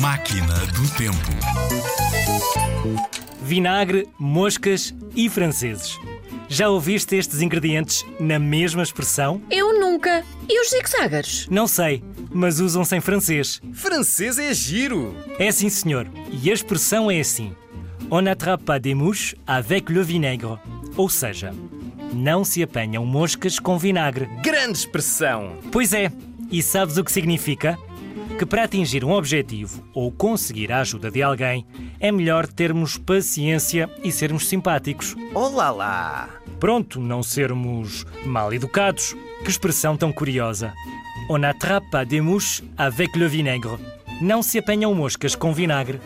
Máquina do Tempo. vinagre, moscas e franceses. Já ouviste estes ingredientes na mesma expressão? Eu nunca. E os zigzagers? Não sei, mas usam-se em francês. Francês é giro! É sim, senhor. E a expressão é assim: On n'attrape pas des mouches avec le vinaigre. Ou seja, não se apanham moscas com vinagre. Grande expressão! Pois é, e sabes o que significa? Que para atingir um objetivo ou conseguir a ajuda de alguém, é melhor termos paciência e sermos simpáticos. Olá lá! Pronto, não sermos mal educados. Que expressão tão curiosa. On attrape pas des mouches avec le vinaigre. Não se apanham moscas com vinagre.